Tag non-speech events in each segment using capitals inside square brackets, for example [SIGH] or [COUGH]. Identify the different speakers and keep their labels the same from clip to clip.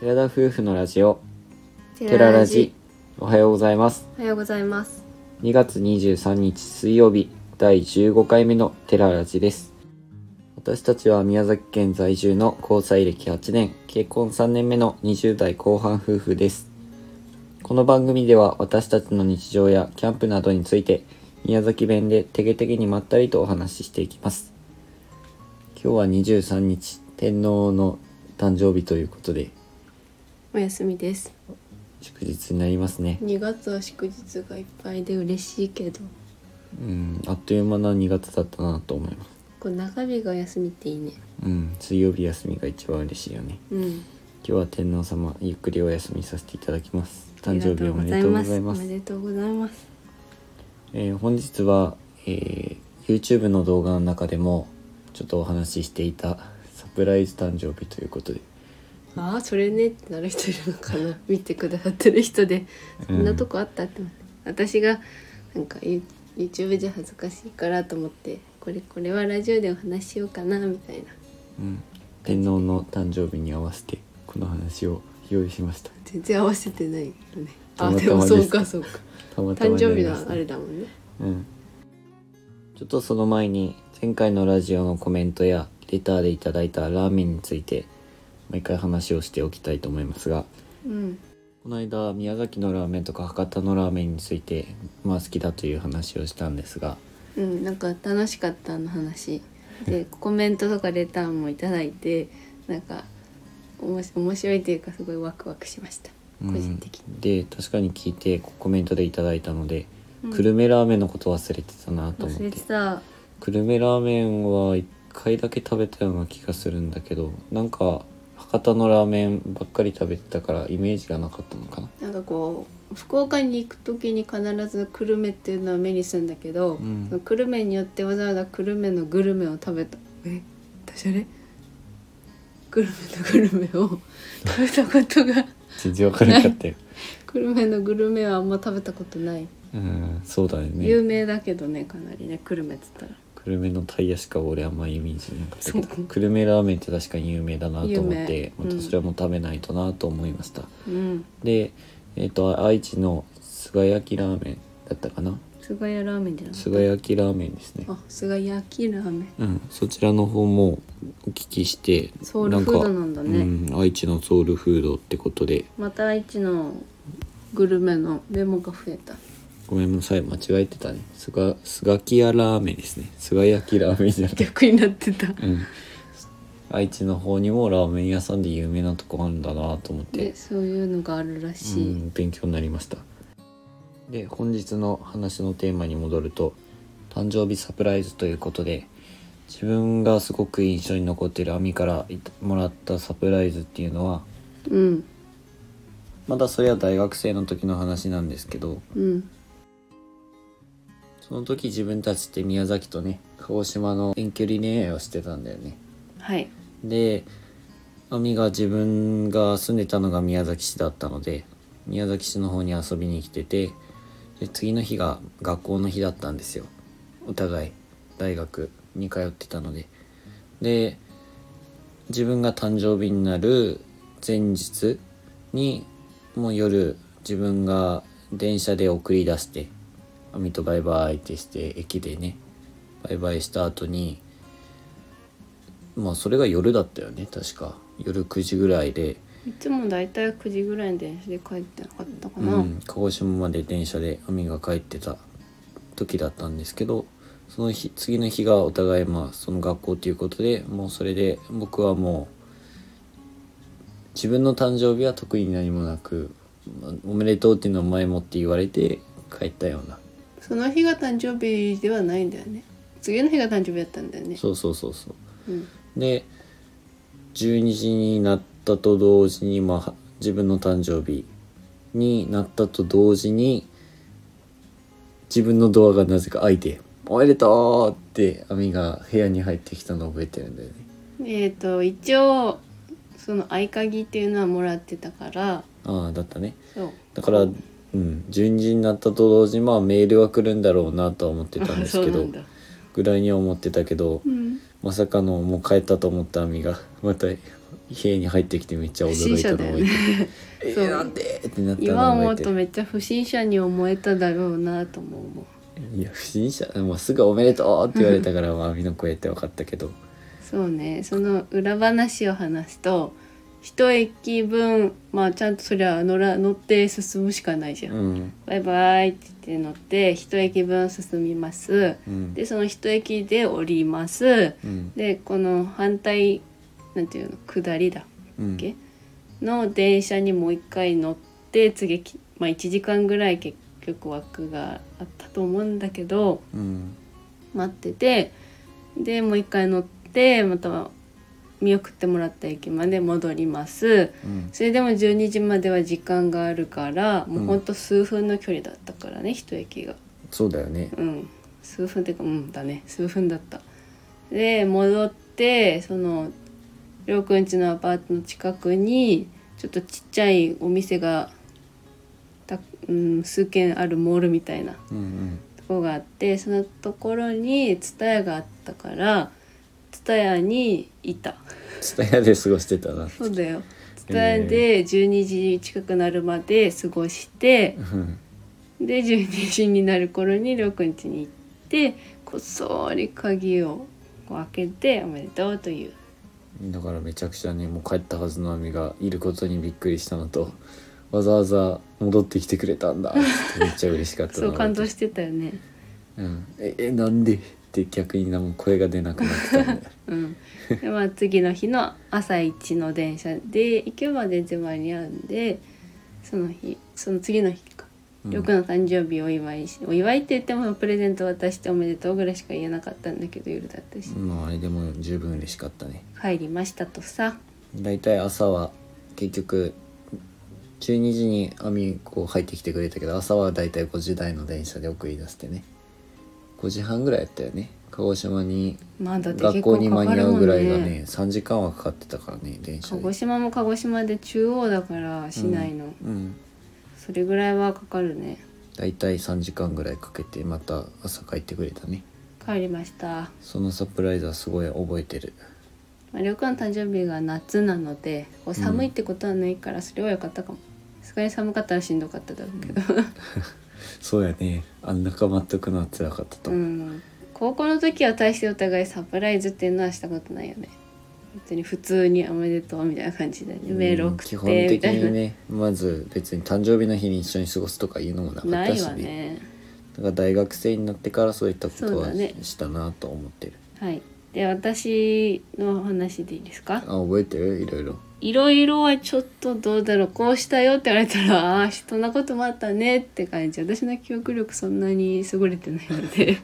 Speaker 1: 田夫婦のラジオ
Speaker 2: テ
Speaker 1: テララジおはようございます
Speaker 2: おはようございます
Speaker 1: 2月23日水曜日第15回目のテララジです私たちは宮崎県在住の交際歴8年結婚3年目の20代後半夫婦ですこの番組では私たちの日常やキャンプなどについて宮崎弁でてげてげにまったりとお話ししていきます今日は23日天皇の誕生日ということで
Speaker 2: お休みです
Speaker 1: 祝日になりますね
Speaker 2: 2月は祝日がいっぱいで嬉しいけど
Speaker 1: うんあっという間な2月だったなと思います
Speaker 2: こう中日がお休みっていいね
Speaker 1: うん水曜日休みが一番嬉しいよね
Speaker 2: うん
Speaker 1: 今日は天皇様ゆっくりお休みさせていただきます誕生日おめ
Speaker 2: あ
Speaker 1: で
Speaker 2: り
Speaker 1: とう
Speaker 2: が
Speaker 1: ございます
Speaker 2: おめでとうございます
Speaker 1: えー本日は、えー YouTube の動画の中でもちょっとお話ししていたサプライズ誕生日ということで
Speaker 2: ああそれねってなる人いるのかな [LAUGHS] 見てくださってる人でそんなとこあったって思って、私がなんか You- YouTube じゃ恥ずかしいからと思ってこれこれはラジオでお話ししようかなみたいな
Speaker 1: うん天皇の誕生日に合わせてこの話を用意しました
Speaker 2: 全然合わせてないよね
Speaker 1: た
Speaker 2: あ
Speaker 1: ま
Speaker 2: で
Speaker 1: たま
Speaker 2: も
Speaker 1: です
Speaker 2: そうかそうか
Speaker 1: たまたま
Speaker 2: 誕生日
Speaker 1: になりました
Speaker 2: のあれだもんね
Speaker 1: うん、ちょっとその前に前回のラジオのコメントやレターでいただいたラーメンについて毎回話をしておきたいと思いますが
Speaker 2: うん
Speaker 1: この間宮崎のラーメンとか博多のラーメンについて、まあ、好きだという話をしたんですが
Speaker 2: うん、なんか楽しかったの話でコメントとかレターもいただいてなんかおもし面白いというかすごいワクワクしました
Speaker 1: う
Speaker 2: 個
Speaker 1: ん
Speaker 2: 人的
Speaker 1: で確かに聞いてコメントでいただいたので、
Speaker 2: に、
Speaker 1: 久留米ラーメンのこと忘れてたなと思っ
Speaker 2: 忘
Speaker 1: て
Speaker 2: れてた
Speaker 1: 久留米ラーメンは1回だけ食べたような気がするんだけどなんか博多のラーメンばっかり食べてたからイメージがなかったのかな
Speaker 2: なんかこう福岡に行く時に必ず久留米っていうのは目にするんだけど、
Speaker 1: うん
Speaker 2: その久留米によってわざわざ久留米のグルメを食べたえダジャレ久留米のグルメを食べたことが [LAUGHS]
Speaker 1: 全然わからなかったよ
Speaker 2: 久留米のグルメはあんま食べたことない
Speaker 1: [LAUGHS] うんそうだよ
Speaker 2: 有
Speaker 1: ね
Speaker 2: 名だけどねかなりね久留米っつったら
Speaker 1: 久留米のタイヤしか俺あんまイメージなかったけど
Speaker 2: そう
Speaker 1: 久留米ラーメンって確かに有名だなと思って
Speaker 2: 有名うん
Speaker 1: またそれも食べないとなと思いました、
Speaker 2: うん
Speaker 1: でえっ、と愛知の菅焼きラーメンだったかな
Speaker 2: 菅谷ラーメンじゃない
Speaker 1: 菅焼きラーメンですね
Speaker 2: あ菅谷焼きラーメン
Speaker 1: うん、そちらの方もお聞きして
Speaker 2: ソウルフードなんだね
Speaker 1: なんかうん、愛知のソウルフードってことで
Speaker 2: また愛知のグルメのメモが増えた
Speaker 1: ごめんなさい間違えてたねすがすがき屋ラーメンですねすが焼きラーメンじゃなくて、
Speaker 2: 逆になって [LAUGHS] た
Speaker 1: うん、愛知の方にもラーメン屋さんで有名なとこあるんだなと思って
Speaker 2: でそういうのがあるらし
Speaker 1: う
Speaker 2: い
Speaker 1: ん、勉強になりましたで本日の話のテーマに戻ると誕生日サプライズということで自分がすごく印象に残っている網からいもらったサプライズっていうのは
Speaker 2: うん
Speaker 1: まだそれは大学生の時の話なんですけど
Speaker 2: うん
Speaker 1: その時自分たちって宮崎とね鹿児島の遠距離恋愛をしてたんだよね
Speaker 2: はい
Speaker 1: で亜美が自分が住んでたのが宮崎市だったので宮崎市の方に遊びに来ててで次の日が学校の日だったんですよお互い大学に通ってたのでで自分が誕生日になる前日にもう夜自分が電車で送り出して亜美とバイバイってして駅でねバイバイした後にまあそれが夜だったよね確か夜9時ぐらいで、
Speaker 2: いつもだいたい9時ぐらいに電車で帰ってなかったか
Speaker 1: う
Speaker 2: な、
Speaker 1: ん、鹿児島まで電車で海が帰ってた時だったんですけどその日次の日がお互いまあその学校ということでもうそれで僕はもう自分の誕生日は特に何もなくまあおめでとうっていうのを前もって言われて帰ったような
Speaker 2: その日が誕生日ではないんだよね次の日が誕生日だったんだよね
Speaker 1: そうそうそうそう
Speaker 2: うん
Speaker 1: で12時になったと同時に、まあ、自分の誕生日になったと同時に自分のドアがなぜか開いて「おめでとう!」ってアミが部屋に入ってきたのを覚えてるんだよね。
Speaker 2: えっ、と一応その合鍵っていうのはもらってたから
Speaker 1: ああだったね。
Speaker 2: そう
Speaker 1: だから、うん、12時になったと同時にまあメールは来るんだろうなとは思ってたんですけ
Speaker 2: そうな
Speaker 1: ど
Speaker 2: んだ
Speaker 1: ぐらいには思ってたけど
Speaker 2: うん
Speaker 1: まさかのもう帰ったと思ったアミがまた部屋に入ってきてめっちゃ驚いたのを覚えてる、え
Speaker 2: そう
Speaker 1: ー、なんでってなった
Speaker 2: 今
Speaker 1: のを
Speaker 2: 思う
Speaker 1: 覚え
Speaker 2: と
Speaker 1: てる
Speaker 2: めっちゃ不審者に思えただろうなとも思う
Speaker 1: いや不審者もうすぐ「おめでとう」って言われたからまあ網の声って分かったけど
Speaker 2: そうねその裏話を話すと一駅分まあちゃんとそりゃ乗ら乗って進むしかないじゃん、
Speaker 1: うん
Speaker 2: バイバイって言って乗って一駅分進みます
Speaker 1: うん
Speaker 2: でその一駅で降ります
Speaker 1: うん
Speaker 2: でこの反対なんていうの下りだっ
Speaker 1: うん
Speaker 2: け、の電車にもう一回乗って次き、まあ、1時間ぐらい結局枠があったと思うんだけど
Speaker 1: うん
Speaker 2: 待っててでもう一回乗ってまた見送ってもらった駅まで戻ります
Speaker 1: うん
Speaker 2: それでも12時までは時間があるからもううんほんと数分の距離だったからね、一駅が
Speaker 1: そうだよね
Speaker 2: うん数分っていうかうんだね数分だったで戻ってそのりょうくんちのアパートの近くにちょっとちっちゃいお店がた、うん、数軒あるモールみたいな
Speaker 1: うん
Speaker 2: とこがあってそのところに蔦屋があったから蔦屋にいた
Speaker 1: うん蔦屋で過ごしてたな
Speaker 2: そうだよ蔦屋で12時近くなるまで過ごして、
Speaker 1: うん
Speaker 2: で12時になる頃にりょうくん家に行ってこっそり鍵をこう開けて「おめでとう」という
Speaker 1: だからめちゃくちゃねもう帰ったはずの網がいることにびっくりしたのとわざわざ戻ってきてくれたんだってめっちゃ嬉しかった
Speaker 2: そ
Speaker 1: の
Speaker 2: う感動してたよね。
Speaker 1: うん、ええなんでって逆に何も声が出なくなってたんだよ
Speaker 2: うん、でまあ次の日の朝一の電車で行けば全然間に合うんでその日その次の日か
Speaker 1: うん
Speaker 2: よくの誕生日お祝いし、お祝いって言ってもプレゼント渡しておめでとうぐらいしか言えなかったんだけど夜だったし、
Speaker 1: [LAUGHS] まああれでも十分嬉しかったね
Speaker 2: 帰りましたとさ
Speaker 1: だいたい朝は結局12時に網こう入ってきてくれたけど朝はだいたい5時台の電車で送り出してね5時半ぐらいやったよね鹿児島に
Speaker 2: まあだって
Speaker 1: 学
Speaker 2: 結
Speaker 1: 校
Speaker 2: 構
Speaker 1: に
Speaker 2: か
Speaker 1: 間
Speaker 2: か
Speaker 1: に合
Speaker 2: るも
Speaker 1: うんぐらいが
Speaker 2: ね
Speaker 1: ね3時間はかかってたからね電車
Speaker 2: 鹿
Speaker 1: で
Speaker 2: 児島も鹿児島で中央だから市内の、
Speaker 1: うん
Speaker 2: それぐらいはかかるね
Speaker 1: だいたい3時間ぐらいかけてまた朝帰ってくれたね
Speaker 2: 帰りました
Speaker 1: そのサプライズはすごい覚えてる
Speaker 2: まあ、りょうくんの誕生日が夏なのでこう寒いってことはないからそれは良かったかもさすがに寒かったらしんどかっただろうけど、
Speaker 1: そうやねあんなか全くな辛かったと
Speaker 2: う
Speaker 1: 思う、
Speaker 2: ん、高校の時は大してお互いサプライズっていうのはしたことないよね本当に普通に「おめでとう」みたいな感じで、ね、メール送
Speaker 1: 基
Speaker 2: っ
Speaker 1: 本
Speaker 2: てみ
Speaker 1: 的
Speaker 2: たいな、
Speaker 1: にねまず別に誕生日の日に一緒に過ごすとかいうのもなかっ
Speaker 2: な
Speaker 1: た
Speaker 2: い
Speaker 1: し
Speaker 2: わ
Speaker 1: ね
Speaker 2: ね
Speaker 1: だから大学生になってからそういったこと
Speaker 2: そう
Speaker 1: は
Speaker 2: だね
Speaker 1: したなと思ってる、
Speaker 2: はいで私の話でいいですか
Speaker 1: あ覚えてるいろいろ
Speaker 2: いろいろはちょっとどうだろうこうしたよって言われたらああそんなこともあったねって感じ私の記憶力そんなに優れてないので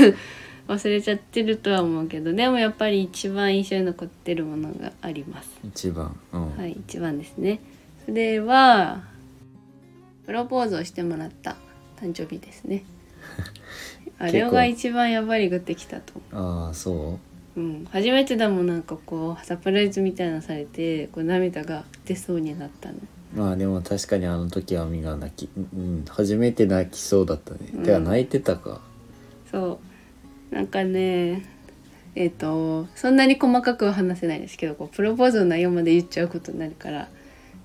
Speaker 2: [LAUGHS] 忘れちゃってるとは思うけどでもやっぱり一番印象に残ってるものがあります
Speaker 1: 一番うん、
Speaker 2: はい一番ですねそれはプロポーズをしてもらった誕生日ですねあれが一番やっぱりグッてきたと思う
Speaker 1: ああそ
Speaker 2: うん、初めてだもんなんかこうサプライズみたいなのされてこう涙が出そうになったの
Speaker 1: うまあでも確かにあの時はみが泣き、うん、初めて泣きそうだったね、
Speaker 2: うん
Speaker 1: てか泣いてたか
Speaker 2: そうなんかねえっ、とそんなに細かくは話せないですけどこうプロポーズの内容まで言っちゃうことになるから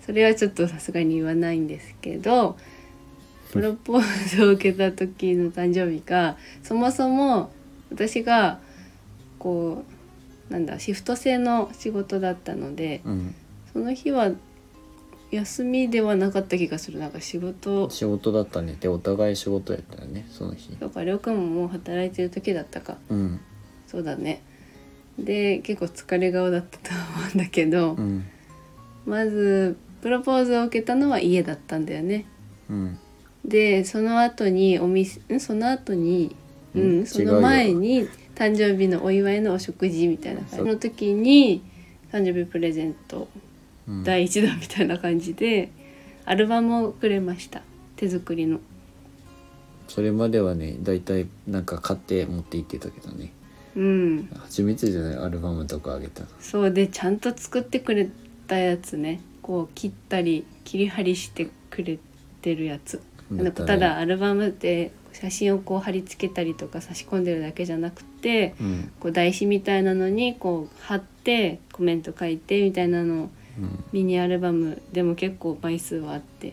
Speaker 2: それはちょっとさすがに言わないんですけどプロポーズを受けた時の誕生日がそもそも私がこうなんだシフト制の仕事だったので
Speaker 1: うん
Speaker 2: その日は休みではなかった気がするなんか仕事
Speaker 1: 仕事だったねでお互い仕事やったよねその日
Speaker 2: とかりょうくんももう働いてる時だったか
Speaker 1: うん
Speaker 2: そうだねで結構疲れ顔だったと思うんだけど、
Speaker 1: うん
Speaker 2: まずプロポーズを受けたのは家だったんだよね
Speaker 1: うん
Speaker 2: でその後にお店んその後にうんんその
Speaker 1: 違
Speaker 2: 前
Speaker 1: うよ
Speaker 2: に誕生日のお祝いのお食事みたいな
Speaker 1: そ
Speaker 2: 感
Speaker 1: う
Speaker 2: じの時に誕生日プレゼント
Speaker 1: うん
Speaker 2: 第1弾みたいな感じでアルバムをくれました手作りの
Speaker 1: それまではねだいたいなんか買って持って行ってたけどね
Speaker 2: うん
Speaker 1: 初めてじゃないアルバムとかあげたの
Speaker 2: そうでちゃんと作ってくれたやつねこう切ったり切り張りしてくれてるやつ
Speaker 1: うん
Speaker 2: あ
Speaker 1: だ
Speaker 2: の
Speaker 1: った
Speaker 2: た
Speaker 1: ね
Speaker 2: だアルバムって写真をこう貼り付けたりとか差し込んでるだけじゃなくて
Speaker 1: うん
Speaker 2: こう台紙みたいなのにこう貼ってコメント書いてみたいなのを
Speaker 1: うん
Speaker 2: ミニアルバムでも結構枚数はあって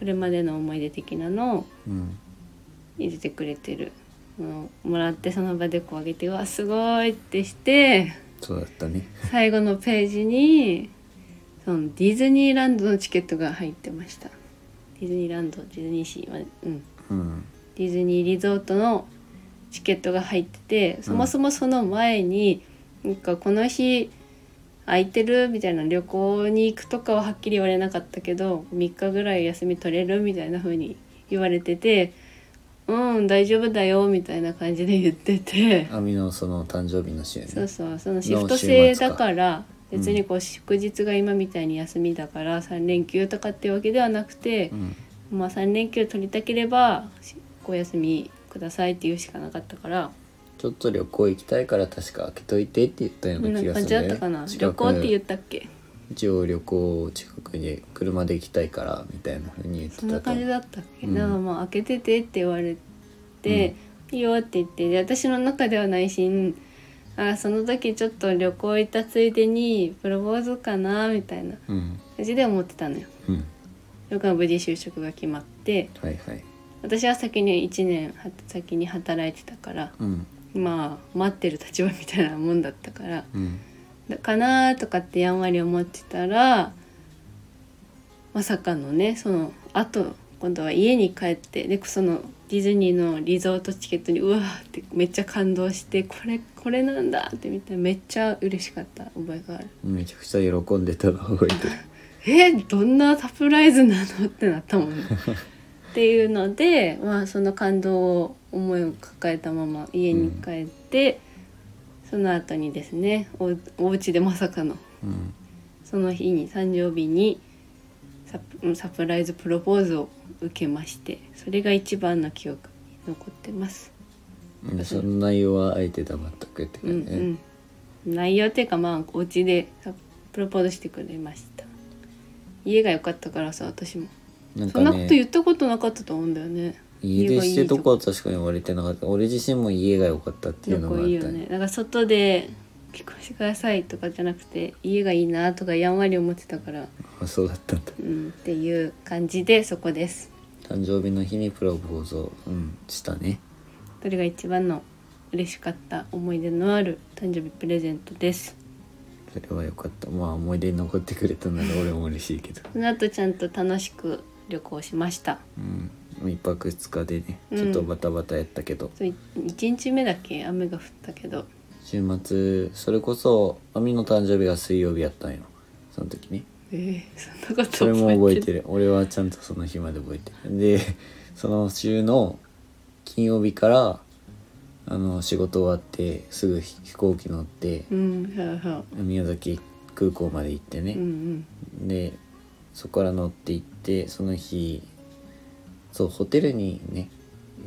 Speaker 2: これまでの思い出的なのを
Speaker 1: うん
Speaker 2: 入れてくれてるのをもらってその場でこう上げて「うわすごい!」ってして
Speaker 1: そうだったね
Speaker 2: 最後のページにそのディズニーランドのチケットが入ってましたディズニーランドディズニーシーはうん
Speaker 1: うん
Speaker 2: ディズニーリゾートのチケットが入っててそもそもその前に、なんかこの日空いてるみたいな旅行に行くとかははっきり言われなかったけど3日ぐらい休み取れるみたいな風に言われてて「うん大丈夫だよ」みたいな感じで言ってて
Speaker 1: 亜美のその誕生日の週ね
Speaker 2: そうそうそのシフト制だから
Speaker 1: 週末か
Speaker 2: 別にこう祝日が今みたいに休みだから3連休とかってわけではなくて。
Speaker 1: うん
Speaker 2: まあ、3連休取りたければしお休みくださいって言うしかなかったから
Speaker 1: ちょっと旅行行きたいから確か開けといてって言ったよ
Speaker 2: こ
Speaker 1: うんな
Speaker 2: な
Speaker 1: 気が
Speaker 2: 感
Speaker 1: す
Speaker 2: じだ
Speaker 1: る
Speaker 2: っ
Speaker 1: んだよね
Speaker 2: たかな
Speaker 1: 近
Speaker 2: 旅
Speaker 1: く
Speaker 2: 行って言ったっけ
Speaker 1: 一応旅行近くに車で行きたいからみたいな風に言ってた
Speaker 2: そんな感じだったっけ、
Speaker 1: うん
Speaker 2: だからまあ開けててって言われて、いいよって言ってで私の中では内心あその時ちょっと旅行行ったついでにプロポーズかなみたいな
Speaker 1: うん
Speaker 2: 感じで思ってたのよ。
Speaker 1: うん
Speaker 2: よく無事就職が決まって
Speaker 1: はいはい
Speaker 2: 私は先に1年は先に働いてたから
Speaker 1: うん
Speaker 2: まあ待ってる立場みたいなもんだったから
Speaker 1: うん
Speaker 2: かなとかってやんわり思ってたらまさかのねそのあと今度は家に帰ってでそのディズニーのリゾートチケットにうわーってめっちゃ感動してこれこれなんだって見たらめっちゃ嬉しかった覚えがある
Speaker 1: めちゃくちゃ喜んでたの覚えてる
Speaker 2: えどんなサプライズなのってなったもんね。っていうので、まあ、その感動を思いを抱えたまま家に帰って、その後にですねおお家でまさかの
Speaker 1: うん
Speaker 2: その日に誕生日にサプうんサプライズプロポーズを受けましてそれが一番の記憶に残ってます。
Speaker 1: うんその内容はあえて黙っとくって
Speaker 2: うん
Speaker 1: 感じね、
Speaker 2: うん、内容っていうかまあお家でサプロポーズしてくれました家が良かったからさ私も
Speaker 1: なん
Speaker 2: そ
Speaker 1: か
Speaker 2: ん
Speaker 1: ね
Speaker 2: なこと言ったことなかったと思うんだよね
Speaker 1: 家出してとこは確かに言われてなかった俺自身も家が良かったっていう
Speaker 2: 旅
Speaker 1: のもあっ
Speaker 2: 行
Speaker 1: た
Speaker 2: いいよねだから外で結婚してくださいとかじゃなくて家がいいなとかやんわり思ってたから、
Speaker 1: あそうだったんだ
Speaker 2: うん、っていう感じでそこです
Speaker 1: 誕生日の日にプロポーズを、うん、したね
Speaker 2: それが一番の嬉しかった思い出のある誕生日プレゼントです
Speaker 1: それは良かったまあ思い出に残ってくれたなら俺も嬉しいけど
Speaker 2: その後ちゃんと楽しく旅行しました
Speaker 1: うん1泊2日でね
Speaker 2: うん
Speaker 1: ちょっとバタバタやったけど、
Speaker 2: そうい一日目だけ雨が降ったけど
Speaker 1: 週末それこそ亜美の誕生日が水曜日やったんよその時ね
Speaker 2: えー、そんなこと
Speaker 1: それも覚えて
Speaker 2: る
Speaker 1: る俺はちゃんとその日まで覚えてる
Speaker 2: [LAUGHS]
Speaker 1: でその週の金曜日からあの仕事終わってすぐ飛行機乗って
Speaker 2: うんそうそう
Speaker 1: 宮崎空港まで行ってね、
Speaker 2: うん
Speaker 1: でそこから乗って行ってその日そうホテルにね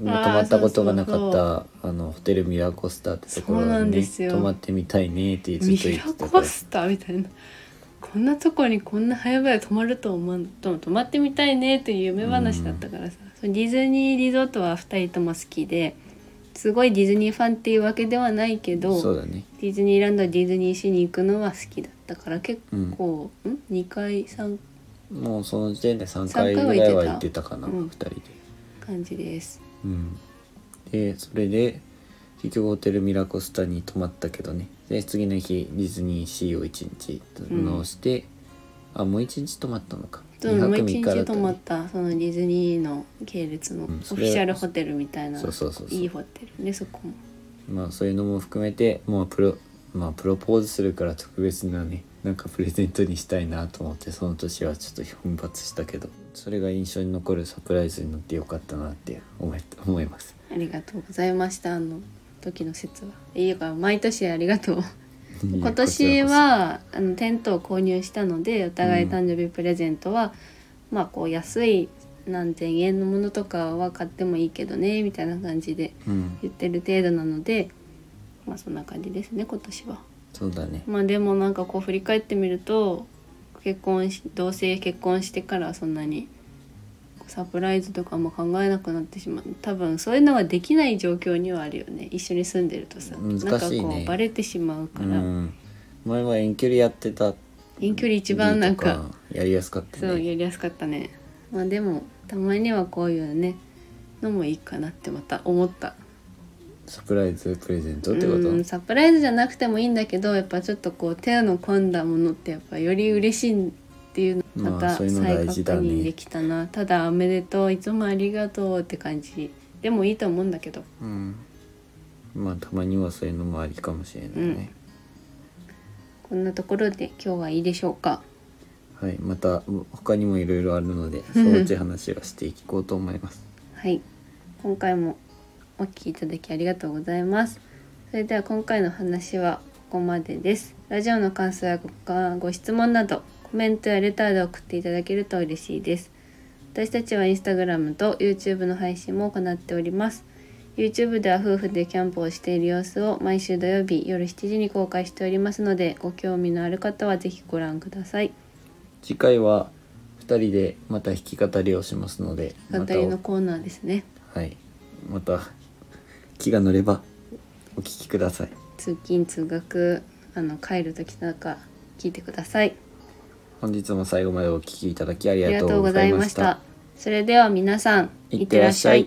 Speaker 1: 泊
Speaker 2: あー
Speaker 1: まったことが
Speaker 2: そ
Speaker 1: な
Speaker 2: うそうそ
Speaker 1: か
Speaker 2: う
Speaker 1: ったあのホテルミラコスタってところ
Speaker 2: そうなん
Speaker 1: に、
Speaker 2: で
Speaker 1: ね、
Speaker 2: すよ
Speaker 1: 泊まってみたいねって
Speaker 2: うん
Speaker 1: ず
Speaker 2: ミ
Speaker 1: っと言っ
Speaker 2: ラ
Speaker 1: てたか
Speaker 2: コ
Speaker 1: ら
Speaker 2: スタみたいなこんなとこにこんな早々泊まると思うと泊まってみたいねという夢話だったからさ、そのディズニーリゾートは2人とも好きですごいディズニーファンっていうわけではないけど
Speaker 1: そうだね
Speaker 2: ディズニーランドディズニーシーに行くのは好きだったから結構、うん、2回3
Speaker 1: もうその時点で3
Speaker 2: 三
Speaker 1: 回
Speaker 2: 回は
Speaker 1: ぐらいは
Speaker 2: 行
Speaker 1: 行
Speaker 2: っ
Speaker 1: ってて
Speaker 2: た
Speaker 1: たかな、
Speaker 2: う
Speaker 1: 二
Speaker 2: ん
Speaker 1: 2人で。
Speaker 2: 感じです
Speaker 1: うん、でそれで結局ホテルミラコスタに泊まったけどねで次の日ディズニーシーを1日直して、あもう1日泊まったのか
Speaker 2: そ
Speaker 1: 二
Speaker 2: のもう
Speaker 1: 泊三
Speaker 2: 一
Speaker 1: 日だ
Speaker 2: 日
Speaker 1: った
Speaker 2: 泊
Speaker 1: ね
Speaker 2: まったそのディズニーの系列のオ
Speaker 1: う
Speaker 2: フ
Speaker 1: んそれ
Speaker 2: ィシャルホテルみたいな、
Speaker 1: そうそうそうそう
Speaker 2: いいホテルでそこも
Speaker 1: まあそういうのも含めてもうプロまあプロポーズするから特別なねなんかプレゼントにしたいなと思ってその年はちょっと奮発したけどそれが印象に残るサプライズになってよかったなって思え思います
Speaker 2: ありがとうございましたあの時の説はいいから毎年ありがとう今年はあのテントを購入したのでお互い誕生日プレゼントは、まあこう安い何千円のものとかは買ってもいいけどねみたいな感じで
Speaker 1: うん
Speaker 2: 言ってる程度なのでまあそんな感じですね今年は。
Speaker 1: そうだね
Speaker 2: まあでもなんかこう振り返ってみると結婚し同棲結婚してからはそんなにサプライズとかも考えなくなってしまう多分そういうのができない状況にはあるよね一緒に住んでるとさ、
Speaker 1: 難しいね
Speaker 2: なんかこうバレてしまうか
Speaker 1: う
Speaker 2: ら、
Speaker 1: ん前は遠距離やってた
Speaker 2: 遠距離一番なんか
Speaker 1: 時とやりやすかった
Speaker 2: そう
Speaker 1: ね
Speaker 2: やりやすかったねまあでもたまにはこういうねのもいいかなってまた思った
Speaker 1: サプライズプレゼントってこ
Speaker 2: うん
Speaker 1: と
Speaker 2: サプライズじゃなくてもいいんだけどやっぱちょっとこう手の込んだものってやっぱより嬉しいっていう
Speaker 1: まあ
Speaker 2: のまた
Speaker 1: そう
Speaker 2: 再
Speaker 1: いうの大
Speaker 2: 確
Speaker 1: 事だね
Speaker 2: 認できたな、ただ「おめでとういつもありがとう」って感じでもいいと思うんだけど
Speaker 1: うんまあたまにはそういうのもありかもしれないね、
Speaker 2: こんなところで今日はいいでしょうか
Speaker 1: はいまた他にもいろいろある
Speaker 2: [LAUGHS]
Speaker 1: のでそのうち話はしていこうと思います
Speaker 2: はい今回もお聞きいただきありがとうございますそれでは今回の話はここまでですラジオの感想やごご質問などコメントやレターで送っていただけると嬉しいです私たちはインスタグラムと YouTube の配信も行っております YouTube では夫婦でキャンプをしている様子を毎週土曜日夜7時に公開しておりますのでご興味のある方はぜひご覧ください
Speaker 1: 次回は2人でまた弾き語りをしますので
Speaker 2: 語
Speaker 1: また
Speaker 2: りのコーナーですね
Speaker 1: はいまた気が乗ればお聞きください
Speaker 2: 通勤通学あの帰る時なんか聞いてください
Speaker 1: 本日も最後までお聞きいただきあり
Speaker 2: あり
Speaker 1: がと
Speaker 2: がと
Speaker 1: う
Speaker 2: う
Speaker 1: ご
Speaker 2: ご
Speaker 1: ざ
Speaker 2: ざ
Speaker 1: い
Speaker 2: い
Speaker 1: ま
Speaker 2: ま
Speaker 1: し
Speaker 2: したたそれでは皆さん
Speaker 1: いってらっしゃい